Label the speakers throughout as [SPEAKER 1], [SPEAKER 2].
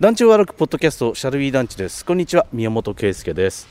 [SPEAKER 1] 団地を歩くポッドキャストシャルウィー団地ですこんにちは宮本圭介です、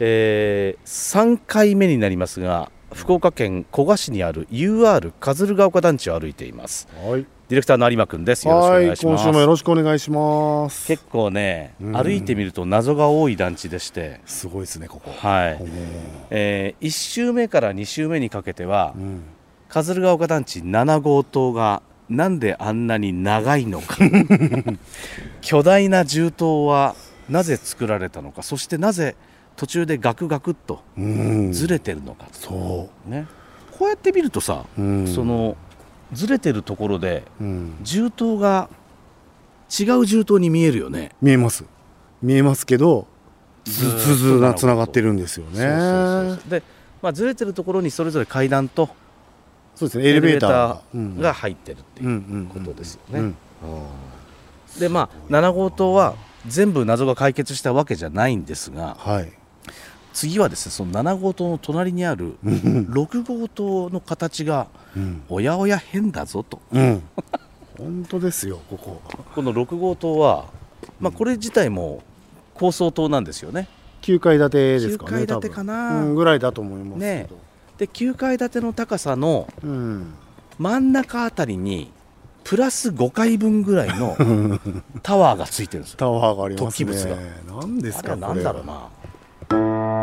[SPEAKER 1] え3回目になりますが福岡県古賀市にある UR カズルが丘団地を歩いています
[SPEAKER 2] はい。
[SPEAKER 1] ディレクターの有馬くんですよろしくお
[SPEAKER 2] は
[SPEAKER 1] 願い
[SPEAKER 2] い。
[SPEAKER 1] しま
[SPEAKER 2] 今
[SPEAKER 1] す
[SPEAKER 2] 週もよろしくお願いします。
[SPEAKER 1] 結構ね
[SPEAKER 2] うん
[SPEAKER 1] 歩いてみると謎が多い団地でして
[SPEAKER 2] すごいですねここ。
[SPEAKER 1] はい
[SPEAKER 2] うん、
[SPEAKER 1] え1周目から2周目にかけては
[SPEAKER 2] うん
[SPEAKER 1] カズルが丘団地7号棟がなんであんなに長いの か巨大な銃刀はなぜ作られたのかそしてなぜ途中でガクガクっと
[SPEAKER 2] うん。
[SPEAKER 1] ずれてるのか、
[SPEAKER 2] そ
[SPEAKER 1] ね、こうやって見るとさ、
[SPEAKER 2] う。うん
[SPEAKER 1] そ。のずれてるところで
[SPEAKER 2] うん。
[SPEAKER 1] 銃刀が違う銃刀に見えるよね。
[SPEAKER 2] 見えます。見えますけど、
[SPEAKER 1] ず
[SPEAKER 2] つ
[SPEAKER 1] ーっと
[SPEAKER 2] つづがつながってるんですよね。
[SPEAKER 1] そうそうそうそうで、まあ、ずれてるところにそれぞれ階段と
[SPEAKER 2] そうですね。エレベーターがうん
[SPEAKER 1] が入ってるっていう
[SPEAKER 2] うんうん
[SPEAKER 1] ことですよ
[SPEAKER 2] う
[SPEAKER 1] ね。
[SPEAKER 2] んうん
[SPEAKER 1] でまあ7号棟は全部謎が解決したわけじゃないんですが
[SPEAKER 2] はい。
[SPEAKER 1] 次はですねその7号棟の隣にある6号棟の形が
[SPEAKER 2] うん。
[SPEAKER 1] おやおや変だぞと
[SPEAKER 2] うん。本当ですよここ。
[SPEAKER 1] この6号棟は、まあ、これ自体も高層棟なんですよね
[SPEAKER 2] 九階建てですか
[SPEAKER 1] 九階
[SPEAKER 2] ね。
[SPEAKER 1] 建てかな
[SPEAKER 2] 多分うんぐらいだと思いますけど。
[SPEAKER 1] で9階建ての高さの
[SPEAKER 2] うん。
[SPEAKER 1] 真ん中あたりにプラス5階分ぐらいのタワーがついてるんですよ
[SPEAKER 2] タワーがありますね。
[SPEAKER 1] 突起物
[SPEAKER 2] なんです
[SPEAKER 1] あれ
[SPEAKER 2] か
[SPEAKER 1] は
[SPEAKER 2] これ
[SPEAKER 1] 何だろう。な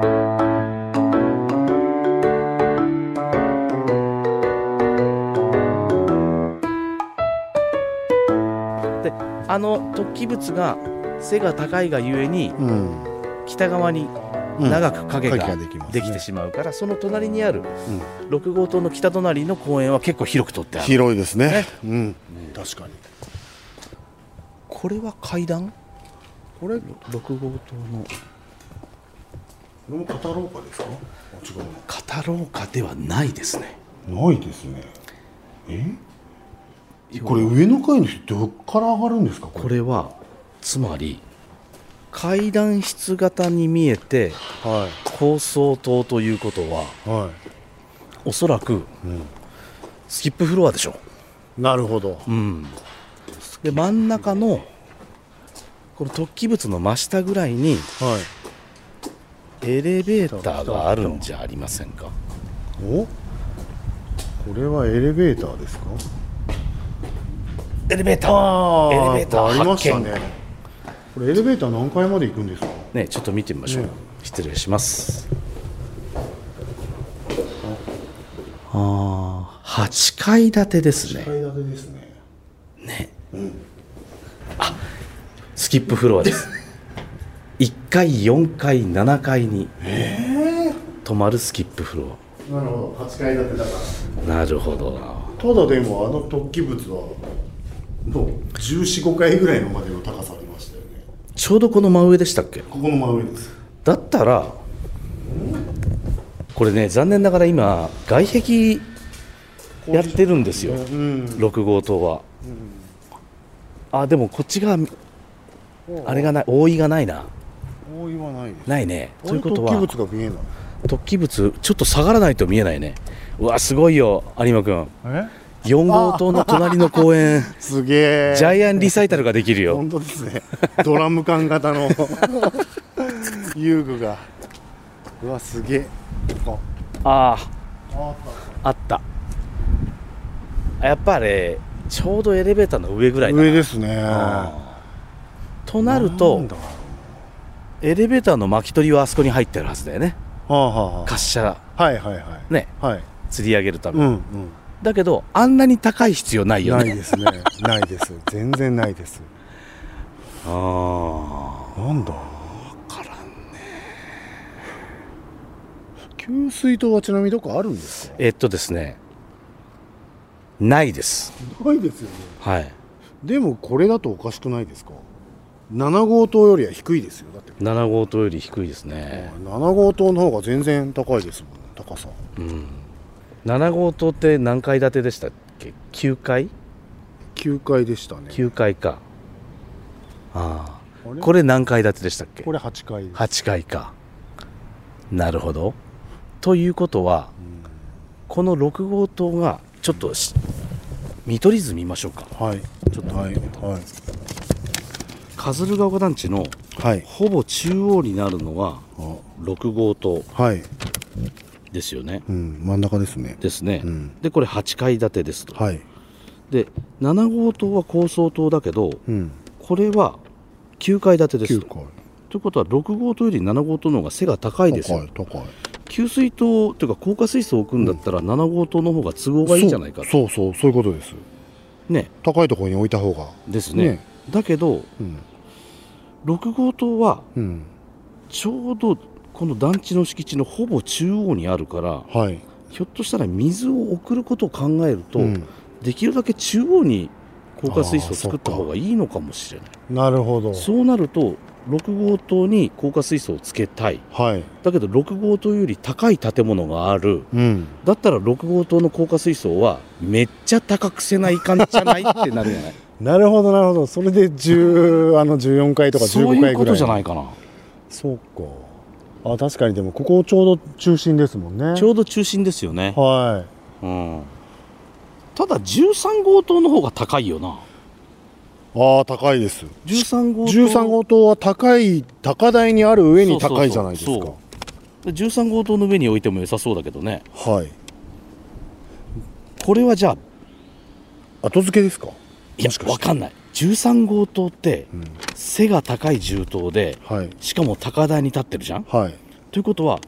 [SPEAKER 1] であの突起物が背が高いがゆえに
[SPEAKER 2] うん。
[SPEAKER 1] 北側に
[SPEAKER 2] うん
[SPEAKER 1] 長く影が
[SPEAKER 2] 影ができますね
[SPEAKER 1] できてしまうから、その隣にある
[SPEAKER 2] うん
[SPEAKER 1] 6号棟の北隣の公園は結構広くとってある
[SPEAKER 2] 広いですね
[SPEAKER 1] ね
[SPEAKER 2] うん、確かに
[SPEAKER 1] これは階段
[SPEAKER 2] これこ
[SPEAKER 1] 6号棟の
[SPEAKER 2] れも語ろうかですか違
[SPEAKER 1] 片廊下ではないですね
[SPEAKER 2] うないですねえこれ上の階の人どっから上がるんですか
[SPEAKER 1] こ
[SPEAKER 2] これ
[SPEAKER 1] れはつまり階段室型に見えて
[SPEAKER 2] は
[SPEAKER 1] 高層棟ということはい
[SPEAKER 2] は
[SPEAKER 1] おそらく
[SPEAKER 2] い、
[SPEAKER 1] スキップフロアでしょ
[SPEAKER 2] なるほど
[SPEAKER 1] う、ん、で真ん中のこの突起物の真下ぐらいに
[SPEAKER 2] はい
[SPEAKER 1] エレベーターがあるんじゃありませんか
[SPEAKER 2] おこれはエレベーターですか
[SPEAKER 1] エレベータ
[SPEAKER 2] あ
[SPEAKER 1] ーエレベーター
[SPEAKER 2] ありました
[SPEAKER 1] 発
[SPEAKER 2] ねこれエレベーター何階まで行くんですか
[SPEAKER 1] 見ねちょっと見てみましょう、
[SPEAKER 2] ね
[SPEAKER 1] 失礼しますああ8階建てですね
[SPEAKER 2] 階建てですね
[SPEAKER 1] スキップフロアです。1階、4階、7階に泊まるスキップフロ
[SPEAKER 2] なるほど8階建てだから
[SPEAKER 1] ア。なるほどな。
[SPEAKER 2] ただでもあの突起物はの1415回ぐらいのまでの高さありましたよね
[SPEAKER 1] ちょうどこの真上でしたっけ
[SPEAKER 2] ここの真上です
[SPEAKER 1] だったら、これね、残念ながら今、外壁やってるんですよ、
[SPEAKER 2] うん
[SPEAKER 1] 6号棟は。あ、でもこっちが、あれがない、覆いがないな。
[SPEAKER 2] こう言わないです
[SPEAKER 1] ないね。という
[SPEAKER 2] こ
[SPEAKER 1] こ
[SPEAKER 2] れ
[SPEAKER 1] とは、
[SPEAKER 2] 突起物が見え
[SPEAKER 1] 突起物、ちょっと下がらないと見えないね。うわ、すごいよ、有馬君。
[SPEAKER 2] ないえ
[SPEAKER 1] 4号棟の隣の公 園
[SPEAKER 2] すげえ
[SPEAKER 1] ジャイアンリサイタルができるよ
[SPEAKER 2] 本当ですねドラム缶型の遊具がうわすげえあ
[SPEAKER 1] あ
[SPEAKER 2] あっ
[SPEAKER 1] ああったあやっぱあれちょうどエレベーターの上ぐら
[SPEAKER 2] た
[SPEAKER 1] いだ
[SPEAKER 2] 上ですね
[SPEAKER 1] あーとなると
[SPEAKER 2] んだは
[SPEAKER 1] エレベーターの巻き取りはあそこに入ってるはずだよね
[SPEAKER 2] あ、はあは
[SPEAKER 1] 滑車
[SPEAKER 2] あ、はいはいはい
[SPEAKER 1] ね
[SPEAKER 2] はい
[SPEAKER 1] 釣り上げるため、
[SPEAKER 2] うんうん
[SPEAKER 1] だけどあんなに高い必要ないよ
[SPEAKER 2] ない
[SPEAKER 1] ね
[SPEAKER 2] ですねないです全然ないです
[SPEAKER 1] あ
[SPEAKER 2] なんだ
[SPEAKER 1] あ分からん
[SPEAKER 2] 給水塔はちなみにどこあるんですか
[SPEAKER 1] えっとですねないです
[SPEAKER 2] ないですよね
[SPEAKER 1] はい
[SPEAKER 2] でもこれだとおかしくないですか7号棟よりは低いですよだって
[SPEAKER 1] 7号棟より低いですね
[SPEAKER 2] 7号棟の方が全然高いですもんね高さ
[SPEAKER 1] うん、7号棟って何階建てでしたっけ9階
[SPEAKER 2] 9階でしたね
[SPEAKER 1] ?9 階かあ
[SPEAKER 2] あ
[SPEAKER 1] あ
[SPEAKER 2] れ
[SPEAKER 1] これ何階建てでしたっけ
[SPEAKER 2] これ8階です、
[SPEAKER 1] 8階かなるほどということはこの6号棟がちょっとし見取り図見ましょうか
[SPEAKER 2] はい
[SPEAKER 1] ちょっと
[SPEAKER 2] はいはい
[SPEAKER 1] 鶴ヶ丘団地の
[SPEAKER 2] はい
[SPEAKER 1] ほぼ中央になるのが
[SPEAKER 2] あ
[SPEAKER 1] 6号棟
[SPEAKER 2] はい
[SPEAKER 1] ですよね。
[SPEAKER 2] うん真ん中ですね
[SPEAKER 1] ですね。
[SPEAKER 2] うん
[SPEAKER 1] でこれ8階建てですと。
[SPEAKER 2] はい
[SPEAKER 1] で7号棟は高層棟だけど
[SPEAKER 2] うん
[SPEAKER 1] これは9階建てです
[SPEAKER 2] 9
[SPEAKER 1] と。
[SPEAKER 2] 個
[SPEAKER 1] ということは6号棟より7号棟の方が背が高いですよ
[SPEAKER 2] 高い高い
[SPEAKER 1] 給水塔というか高架水槽を置くんだったら7号棟の方が都合がいいじゃないかと
[SPEAKER 2] そうそうそうそういうことです
[SPEAKER 1] ね
[SPEAKER 2] 高いところに置いた方が
[SPEAKER 1] ですね
[SPEAKER 2] ね
[SPEAKER 1] だけど
[SPEAKER 2] うん
[SPEAKER 1] 6号棟は
[SPEAKER 2] うん
[SPEAKER 1] ちょうどこの団地の敷地のほぼ中央にあるから
[SPEAKER 2] はい
[SPEAKER 1] ひょっとしたら水を送ることを考えると、
[SPEAKER 2] うん
[SPEAKER 1] できるだけ中央に高架水槽を作った
[SPEAKER 2] あーそっか
[SPEAKER 1] 方がいいのかもしれない
[SPEAKER 2] なるほど
[SPEAKER 1] そうなると6号棟に高架水槽をつけたい
[SPEAKER 2] はい
[SPEAKER 1] だけど6号棟より高い建物がある
[SPEAKER 2] うん
[SPEAKER 1] だったら6号棟の高架水槽はめっちゃ高くせないかんじゃないってなるじゃない
[SPEAKER 2] なるほどなるほどそれで10あの14回とか
[SPEAKER 1] そう
[SPEAKER 2] 15回ぐら
[SPEAKER 1] い
[SPEAKER 2] いう
[SPEAKER 1] ことじゃないかな、
[SPEAKER 2] そうかあ確かにでもここちょうど中心ですもんね
[SPEAKER 1] ちょうど中心ですよね、
[SPEAKER 2] は
[SPEAKER 1] うん、ただ13号棟の方が高いよない
[SPEAKER 2] ああ高いです
[SPEAKER 1] 13号棟
[SPEAKER 2] 13号棟は高い高台にある上に高いじゃないですか
[SPEAKER 1] そうそうそう13号棟の上に置いても良さそうだけどね
[SPEAKER 2] はい
[SPEAKER 1] これはじゃあ
[SPEAKER 2] 後付けですか
[SPEAKER 1] いや
[SPEAKER 2] もしかして
[SPEAKER 1] わかんない13号棟って
[SPEAKER 2] うん
[SPEAKER 1] 背が高い銃刀で
[SPEAKER 2] はい
[SPEAKER 1] しかも高台に立ってるじゃん
[SPEAKER 2] はい
[SPEAKER 1] ということは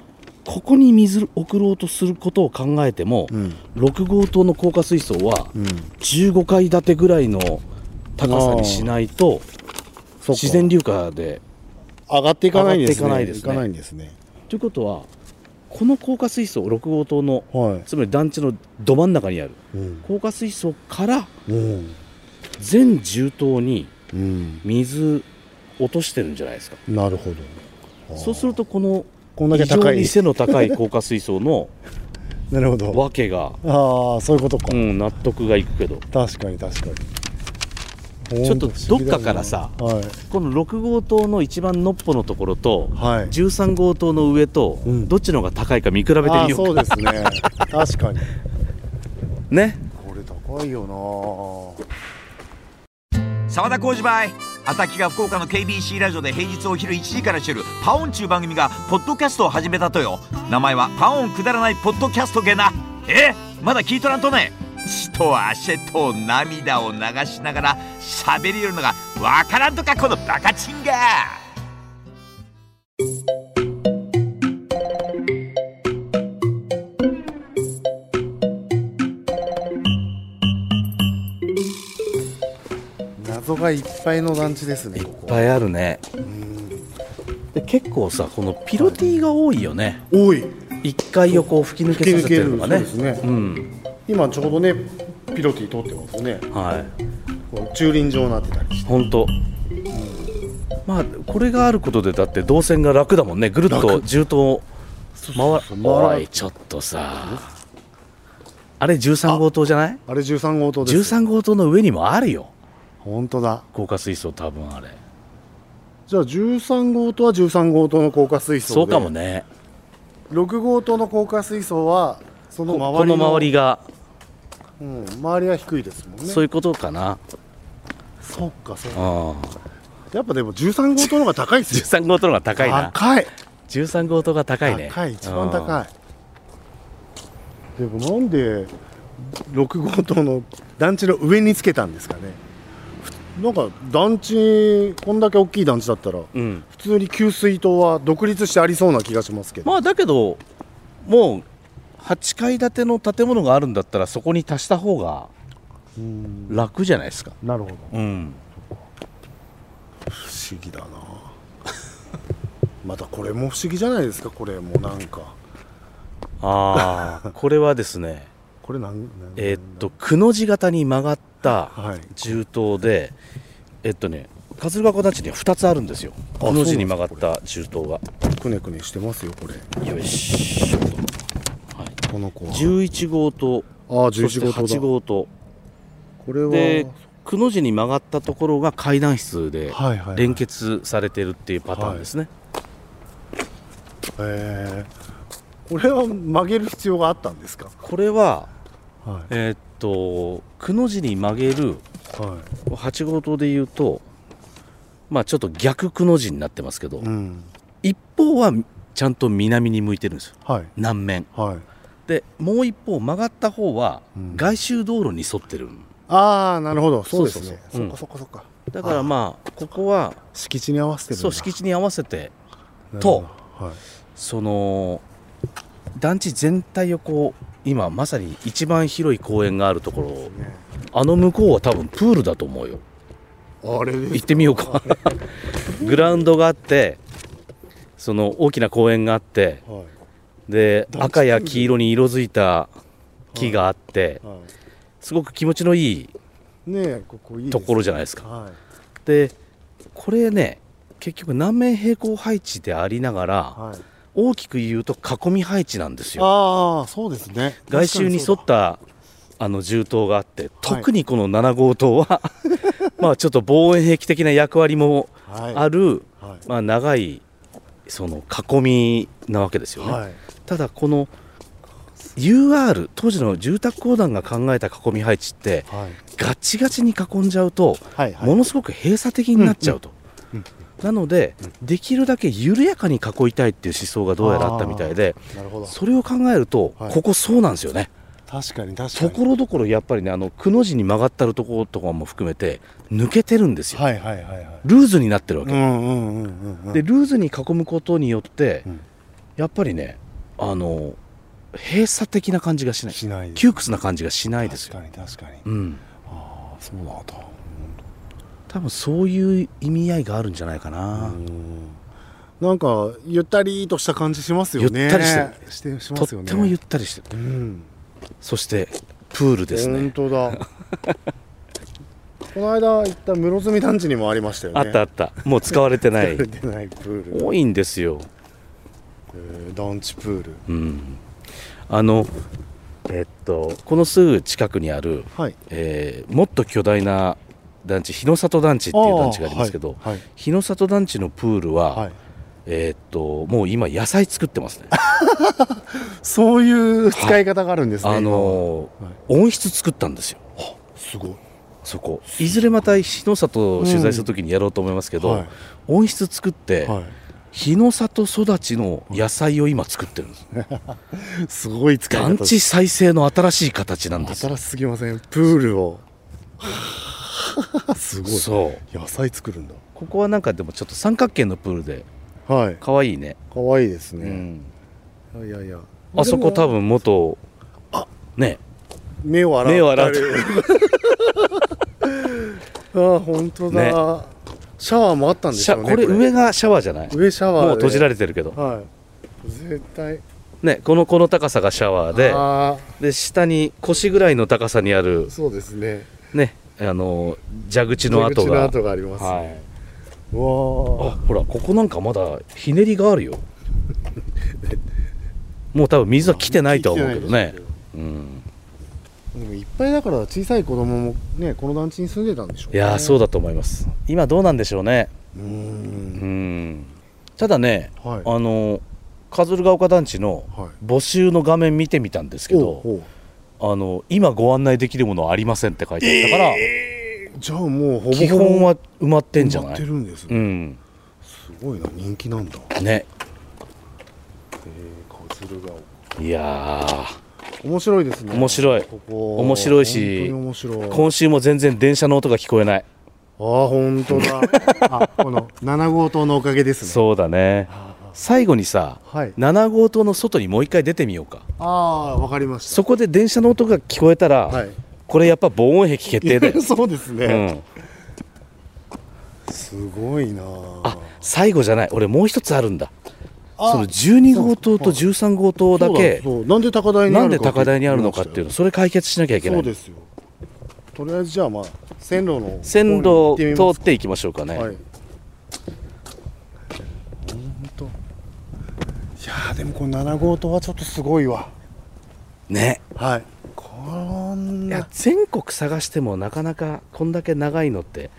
[SPEAKER 1] ここに水を送ろうとすることを考えても、
[SPEAKER 2] うん
[SPEAKER 1] 6号棟の高架水槽は
[SPEAKER 2] うん
[SPEAKER 1] 15階建てぐらいの高さにしないと
[SPEAKER 2] そっか
[SPEAKER 1] 自然流下で
[SPEAKER 2] 上がっていかないんです
[SPEAKER 1] 上
[SPEAKER 2] ね
[SPEAKER 1] がっていかない
[SPEAKER 2] いですね
[SPEAKER 1] ということはこの高架水槽6号棟の
[SPEAKER 2] は
[SPEAKER 1] つまり団地のど真ん中にある
[SPEAKER 2] いうん
[SPEAKER 1] 高架水槽から
[SPEAKER 2] うん
[SPEAKER 1] 全10棟に
[SPEAKER 2] うん
[SPEAKER 1] 水落としてるんじゃないですか
[SPEAKER 2] なるほど
[SPEAKER 1] そうするとこの
[SPEAKER 2] こんだけ
[SPEAKER 1] 非常
[SPEAKER 2] 高い
[SPEAKER 1] に背の高い高架水槽の
[SPEAKER 2] なるほど
[SPEAKER 1] 訳が、
[SPEAKER 2] ああそういうことか
[SPEAKER 1] うん、納得がいくけど
[SPEAKER 2] 確かに確かに
[SPEAKER 1] ちょっとどっかからさ
[SPEAKER 2] ほんと不思議だな
[SPEAKER 1] この6号棟の一番のっぽのところと
[SPEAKER 2] はいはい
[SPEAKER 1] 13号棟の上と
[SPEAKER 2] うん
[SPEAKER 1] どっちの方が高いか見比べてみ
[SPEAKER 2] あ
[SPEAKER 1] よ
[SPEAKER 2] ー
[SPEAKER 1] う
[SPEAKER 2] そうです ね確かに
[SPEAKER 1] ね
[SPEAKER 2] これ高いよ
[SPEAKER 3] 沢田浩二バイアタキが福岡の KBC ラジオで平日お昼1時からしてる「パオン」ちゅう番組がポッドキャストを始めたとよ名前は「パオンくだらないポッドキャストゲな」えまだ聞いとらんとね血と汗と涙を流しながら喋りよるのがわからんとかこのバカチンが
[SPEAKER 2] な謎がいっぱいの団地ですね
[SPEAKER 1] いっ
[SPEAKER 2] ここ
[SPEAKER 1] ぱいあるね
[SPEAKER 2] うん
[SPEAKER 1] で結構さこのピロティが多いよね
[SPEAKER 2] 多い
[SPEAKER 1] 1階をこう吹き抜けさせてるのがね
[SPEAKER 2] 吹き抜けるそうですね
[SPEAKER 1] ん
[SPEAKER 2] 今ちょうどねピロティ通ってますね
[SPEAKER 1] はい
[SPEAKER 2] こう駐輪場になってたりして
[SPEAKER 1] 本当。まあこれがあることでだって動線が楽だもんねぐるっと
[SPEAKER 2] 楽
[SPEAKER 1] 銃刀を回
[SPEAKER 2] そう
[SPEAKER 1] る
[SPEAKER 2] 回ら
[SPEAKER 1] おいちょっとさあれ13号棟じゃない
[SPEAKER 2] あれ13号棟です
[SPEAKER 1] 13号棟の上にもあるよ
[SPEAKER 2] 本当だ
[SPEAKER 1] 高架水槽多分あれ
[SPEAKER 2] じゃあ13号棟は13号棟の高架水槽で
[SPEAKER 1] そうかもね
[SPEAKER 2] 6号棟の高架水槽はその
[SPEAKER 1] こ
[SPEAKER 2] 周り
[SPEAKER 1] この周りが
[SPEAKER 2] うん、周りは低いですもんね
[SPEAKER 1] そういうことかな、
[SPEAKER 2] そっかそう
[SPEAKER 1] う
[SPEAKER 2] か
[SPEAKER 1] ん、
[SPEAKER 2] やっぱでも13号棟の方が高いですよ
[SPEAKER 1] 13号棟の方が高いな
[SPEAKER 2] 高い
[SPEAKER 1] 13号棟が高いね
[SPEAKER 2] 高い一番
[SPEAKER 1] い、
[SPEAKER 2] 高い、でもなんで6号棟の団地の上につけたんですかねふなんか団地こんだけ大きい団地だったら
[SPEAKER 1] うんうん
[SPEAKER 2] 普通に給水塔は独立してありそうな気がしますけど、
[SPEAKER 1] まあだけどもう8階建ての建物があるんだったらそこに足した方が
[SPEAKER 2] うん
[SPEAKER 1] 楽じゃないですか
[SPEAKER 2] なるほど
[SPEAKER 1] うん
[SPEAKER 2] 不思議だな またこれも不思議じゃないですかこれもなんか
[SPEAKER 1] ああ これはですね
[SPEAKER 2] これなんなん
[SPEAKER 1] えーっとくの字型に曲がった
[SPEAKER 2] はい
[SPEAKER 1] 銃刀でえっとね桂川湖団地には2つあるんですよ
[SPEAKER 2] あ
[SPEAKER 1] くの字に曲がった銃刀が
[SPEAKER 2] くねくねしてますよこれ
[SPEAKER 1] よいしょと、はい、
[SPEAKER 2] この子は
[SPEAKER 1] 11号棟
[SPEAKER 2] ああ
[SPEAKER 1] そして
[SPEAKER 2] 11号
[SPEAKER 1] 8
[SPEAKER 2] 棟だ
[SPEAKER 1] 号棟
[SPEAKER 2] これは
[SPEAKER 1] でくの字に曲がったところが階段室で
[SPEAKER 2] はいはいはい
[SPEAKER 1] 連結されてるっていうパターンですね、
[SPEAKER 2] えー、これは曲げる必要があったんですか
[SPEAKER 1] これは
[SPEAKER 2] はい
[SPEAKER 1] えーっとくの字に曲げる
[SPEAKER 2] は
[SPEAKER 1] 8号棟でいうとまあちょっと逆くの字になってますけど、
[SPEAKER 2] うん
[SPEAKER 1] 一方はちゃんと南に向いてるんですよ
[SPEAKER 2] はい
[SPEAKER 1] 南面
[SPEAKER 2] はい
[SPEAKER 1] でもう一方曲がった方は
[SPEAKER 2] うん
[SPEAKER 1] 外周道路に沿ってる、
[SPEAKER 2] ああなるほどそうですね
[SPEAKER 1] そうそうそううん
[SPEAKER 2] っかそっか
[SPEAKER 1] だからまあここは
[SPEAKER 2] 敷地に合わせてるんだ
[SPEAKER 1] そう敷地に合わせて
[SPEAKER 2] なる
[SPEAKER 1] と
[SPEAKER 2] ほどはい
[SPEAKER 1] その団地全体をこう今まさに一番広い公園があるところあの向こうは多分プールだと思 うよ
[SPEAKER 2] あれで
[SPEAKER 1] 行ってみよう かグラウンドがあってその大きな公園があって
[SPEAKER 2] はい
[SPEAKER 1] で
[SPEAKER 2] 団地
[SPEAKER 1] 赤や黄色に色づいた木があって
[SPEAKER 2] は
[SPEAKER 1] すごく気持ちのいい
[SPEAKER 2] いねえここいいです
[SPEAKER 1] と
[SPEAKER 2] ね
[SPEAKER 1] ころじゃないですか
[SPEAKER 2] はい
[SPEAKER 1] でこれね結局南面平行配置でありながら
[SPEAKER 2] はい
[SPEAKER 1] 大きく言うと囲み配置なんですよ
[SPEAKER 2] ああそうですね
[SPEAKER 1] 外周に沿
[SPEAKER 2] 確か
[SPEAKER 1] っ
[SPEAKER 2] そうだ
[SPEAKER 1] たあの銃刀があって特にこの7号棟は、 まあちょっと防衛兵器的な役割も
[SPEAKER 2] はい
[SPEAKER 1] ある、
[SPEAKER 2] はい
[SPEAKER 1] まあ、長いその囲みなわけですよね、
[SPEAKER 2] はい
[SPEAKER 1] ただこの UR 当時の住宅公団が考えた囲み配置って
[SPEAKER 2] はい
[SPEAKER 1] ガチガチに囲んじゃうと
[SPEAKER 2] はいはい
[SPEAKER 1] ものすごく閉鎖的になっちゃうと、
[SPEAKER 2] うんうん
[SPEAKER 1] なのでできるだけ緩やかに囲いたいっていう思想がどうやらあったみたいで
[SPEAKER 2] なるほど
[SPEAKER 1] それを考えると
[SPEAKER 2] はい
[SPEAKER 1] ここそうなんですよね、
[SPEAKER 2] 確かに確か
[SPEAKER 1] と
[SPEAKER 2] に
[SPEAKER 1] ころどころやっぱりねあのくの字に曲がったるところとかも含めて抜けてるんですよ、
[SPEAKER 2] はいはいはいはい
[SPEAKER 1] ルーズになってるわ
[SPEAKER 2] う
[SPEAKER 1] け、
[SPEAKER 2] んうんうんうんうん
[SPEAKER 1] でルーズに囲むことによって、
[SPEAKER 2] うん
[SPEAKER 1] やっぱりねあの閉鎖的な感じがしない
[SPEAKER 2] しない
[SPEAKER 1] 窮屈な感じがしないですよ、
[SPEAKER 2] 確かに確かに
[SPEAKER 1] うん、
[SPEAKER 2] ああそうだと
[SPEAKER 1] 多分そういう意味合いがあるんじゃないかな、
[SPEAKER 2] うんなんかゆったりとした感じしますよね
[SPEAKER 1] ゆったりして
[SPEAKER 2] してし
[SPEAKER 1] と
[SPEAKER 2] ま
[SPEAKER 1] っ
[SPEAKER 2] すよね
[SPEAKER 1] てもゆ
[SPEAKER 2] っ
[SPEAKER 1] ったりしてる
[SPEAKER 2] うん
[SPEAKER 1] そしてプールですね
[SPEAKER 2] 本 当だこの間行った室積団地にもありましたよね
[SPEAKER 1] あったあったもう使われて ない
[SPEAKER 2] 出てないプール、
[SPEAKER 1] 多いんですよ
[SPEAKER 2] えー、団地プール
[SPEAKER 1] うんあのえっとこのすぐ近くにある
[SPEAKER 2] はい
[SPEAKER 1] えーもっと巨大な団地日の里団地っていう団地がありますけど、
[SPEAKER 2] はい
[SPEAKER 1] 日の里団地のプールは、
[SPEAKER 2] はい、はい
[SPEAKER 1] えーっともう今野菜作って ますね
[SPEAKER 2] そういう使い方があるんですね、
[SPEAKER 1] あのー
[SPEAKER 2] 今ははい
[SPEAKER 1] 温室作ったんですよ
[SPEAKER 2] すごい
[SPEAKER 1] そこいずれまた日の里を取材するときにやろうと思いますけど、
[SPEAKER 2] うんはい
[SPEAKER 1] 温室作って、
[SPEAKER 2] はい
[SPEAKER 1] 日の里育ちの野菜を今作ってるんです、
[SPEAKER 2] すごい使い方
[SPEAKER 1] 団地再生の新しい形なんです
[SPEAKER 2] 新しすぎませんプー ルをすごい
[SPEAKER 1] そう
[SPEAKER 2] 野菜作るんだ
[SPEAKER 1] ここはなんかでもちょっと三角形のプールで
[SPEAKER 2] はい
[SPEAKER 1] 可愛いね、
[SPEAKER 2] かわいいです
[SPEAKER 1] う
[SPEAKER 2] ね、
[SPEAKER 1] ん、
[SPEAKER 2] いやいや
[SPEAKER 1] あそこ多分元ね
[SPEAKER 2] 目を洗う
[SPEAKER 1] 目を洗う
[SPEAKER 2] ああ本当だ、
[SPEAKER 1] ね
[SPEAKER 2] シャワーもあったんで
[SPEAKER 1] シ
[SPEAKER 2] しょ
[SPEAKER 1] ャ
[SPEAKER 2] うね
[SPEAKER 1] これ上がシャワーじゃない
[SPEAKER 2] 上シャワー
[SPEAKER 1] もう閉じら
[SPEAKER 2] れ
[SPEAKER 1] れてるけど、
[SPEAKER 2] はい絶対
[SPEAKER 1] ね、このこの高さがシャワーで
[SPEAKER 2] あ
[SPEAKER 1] で下に腰ぐらいの高さにある
[SPEAKER 2] あ、そうですね
[SPEAKER 1] ね、あの蛇口の跡
[SPEAKER 2] 蛇口の
[SPEAKER 1] が
[SPEAKER 2] 跡がありますね、
[SPEAKER 1] はい、
[SPEAKER 2] うわ
[SPEAKER 1] あほらここなんかまだひねりがある よもう多分水は来てないとは思うけどね
[SPEAKER 2] 来てないで
[SPEAKER 1] うん、
[SPEAKER 2] あでもいっぱいだから小さい子供もねこの団地に住んでたんでしょう、
[SPEAKER 1] い
[SPEAKER 2] ね、
[SPEAKER 1] やーそうだと思います今どうなんでしょうね
[SPEAKER 2] うー
[SPEAKER 1] うんんただね、
[SPEAKER 2] はい
[SPEAKER 1] あのカズルが丘団地の
[SPEAKER 2] はい
[SPEAKER 1] 募集の画面見てみたんですけど、
[SPEAKER 2] おうおう
[SPEAKER 1] あの今ご案内できるものはありませんって書いてあったから、
[SPEAKER 2] じゃあもうほぼほぼ
[SPEAKER 1] 基本は埋まってんじゃ
[SPEAKER 2] 埋ま
[SPEAKER 1] な
[SPEAKER 2] っ
[SPEAKER 1] い
[SPEAKER 2] てるんです
[SPEAKER 1] う
[SPEAKER 2] ね、
[SPEAKER 1] ん
[SPEAKER 2] すごいな人気なんだ
[SPEAKER 1] ね
[SPEAKER 2] えー、カズルが
[SPEAKER 1] いやー
[SPEAKER 2] 面白いですね
[SPEAKER 1] 面白い
[SPEAKER 2] ここ
[SPEAKER 1] 面白いし
[SPEAKER 2] 本当に面白い
[SPEAKER 1] 今週も全然電車の音が聞こえない
[SPEAKER 2] ああ本当だ あこの7号棟のおかげですね
[SPEAKER 1] そうだね最後にさ
[SPEAKER 2] はい
[SPEAKER 1] 7号棟の外にもう一回出てみようか
[SPEAKER 2] ああわかりまし
[SPEAKER 1] そこで電車の音が聞こえたら、
[SPEAKER 2] たはい
[SPEAKER 1] これやっぱ防音壁決定だよ、
[SPEAKER 2] そうです
[SPEAKER 1] う
[SPEAKER 2] ね、
[SPEAKER 1] ん、
[SPEAKER 2] すごいな
[SPEAKER 1] あ最後じゃない俺もう一つあるんだ
[SPEAKER 2] あ
[SPEAKER 1] その12号棟と13号棟だけ
[SPEAKER 2] そうそうなんで高台にあ
[SPEAKER 1] なん
[SPEAKER 2] る
[SPEAKER 1] で
[SPEAKER 2] のか
[SPEAKER 1] 高台にあるのかっていうのそれ解決しなきゃいけな
[SPEAKER 2] そう
[SPEAKER 1] い
[SPEAKER 2] ですよとりあえずじゃあまあ線路の
[SPEAKER 1] 線路
[SPEAKER 2] 方
[SPEAKER 1] を
[SPEAKER 2] に行ってみます
[SPEAKER 1] 通っていきましょうかね、
[SPEAKER 2] はい本当いやーでもこの7号棟はちょっとすごいわ
[SPEAKER 1] ね
[SPEAKER 2] はいこん
[SPEAKER 1] い
[SPEAKER 2] な
[SPEAKER 1] や全国探してもなかなかこんだけ長いのって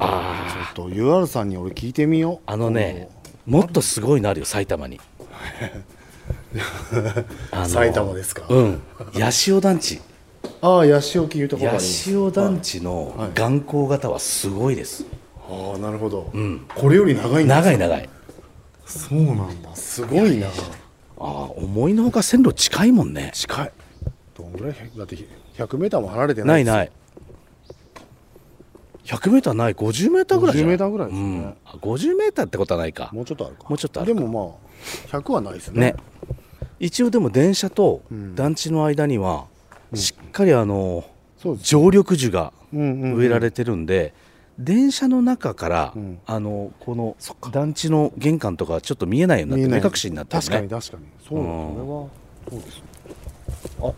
[SPEAKER 2] あーちょっと UR さんに俺聞いてみよう
[SPEAKER 1] あのねもっとすごいのあるよ埼 玉にあの
[SPEAKER 2] 埼玉ですか
[SPEAKER 1] うん八潮団地
[SPEAKER 2] ああ八潮聞いたことありま
[SPEAKER 1] 八
[SPEAKER 2] す
[SPEAKER 1] 潮団地の
[SPEAKER 2] はい
[SPEAKER 1] 眼光型はすごいです、
[SPEAKER 2] あああなるほど、
[SPEAKER 1] ん
[SPEAKER 2] これより長いんだ
[SPEAKER 1] 長い長い
[SPEAKER 2] そうなんだすごいな
[SPEAKER 1] ああ思いのほか線路近いもんね
[SPEAKER 2] 近いどんぐらいだって1 0 0ーも離れて
[SPEAKER 1] な
[SPEAKER 2] ない
[SPEAKER 1] い
[SPEAKER 2] い
[SPEAKER 1] ない 100m ない 50m ぐらいじゃん
[SPEAKER 2] 50m ぐらいですね
[SPEAKER 1] うん、あ 50m ってことはないか
[SPEAKER 2] もうちょっとあるか
[SPEAKER 1] もうちょっとある
[SPEAKER 2] で
[SPEAKER 1] か
[SPEAKER 2] もまあ100はないですね
[SPEAKER 1] ね一応でも電車と
[SPEAKER 2] ん
[SPEAKER 1] 団地の間にはしっかりあの
[SPEAKER 2] そうです
[SPEAKER 1] 常緑樹が
[SPEAKER 2] うんうんうん
[SPEAKER 1] 植えられてるんで、電車の中から、
[SPEAKER 2] うん
[SPEAKER 1] あのこの団地の玄関とかちょっと見えないようになって
[SPEAKER 2] 見え
[SPEAKER 1] 目隠しになって
[SPEAKER 2] 確か
[SPEAKER 1] る
[SPEAKER 2] に
[SPEAKER 1] ね
[SPEAKER 2] 確かにそう
[SPEAKER 1] う
[SPEAKER 2] だ
[SPEAKER 1] ん
[SPEAKER 2] これはそうですねあ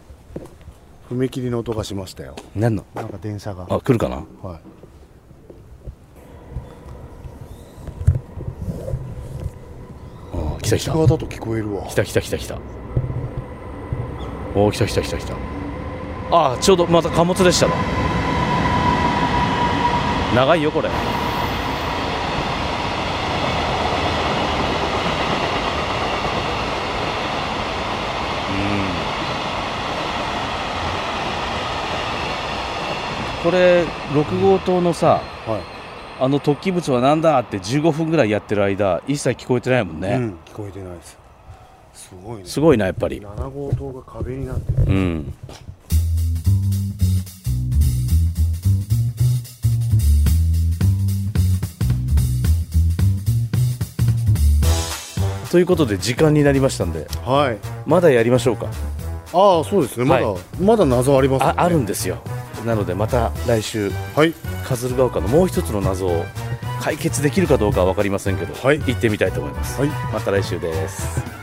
[SPEAKER 2] 踏切の音がしましたよ
[SPEAKER 1] 何の
[SPEAKER 2] なんか電車が
[SPEAKER 1] あ来るかな
[SPEAKER 2] はい
[SPEAKER 1] あ来た来た
[SPEAKER 2] 内側だと聞こえるわ
[SPEAKER 1] 来た来た来た来たおお来た来た来た来たああちょうどまた貨物列車だ長いよこれこれ6号棟のさ
[SPEAKER 2] はい
[SPEAKER 1] あの突起物はなんだって15分ぐらいやってる間一切聞こえてないもんね、
[SPEAKER 2] うん、聞こえてないですすごいね
[SPEAKER 1] すごいなやっぱり
[SPEAKER 2] 7号棟が壁になってる
[SPEAKER 1] うんということで時間になりましたんで
[SPEAKER 2] はい
[SPEAKER 1] まだやりましょうか
[SPEAKER 2] ああそうですねまだ、
[SPEAKER 1] は
[SPEAKER 2] まだ謎ありますね
[SPEAKER 1] ああるんですよなのでまた来週
[SPEAKER 2] はい
[SPEAKER 1] 鶴ヶ丘のもう一つの謎を解決できるかどうかは分かりませんけど、
[SPEAKER 2] はい
[SPEAKER 1] 行ってみたいと思います、
[SPEAKER 2] はい
[SPEAKER 1] また来週です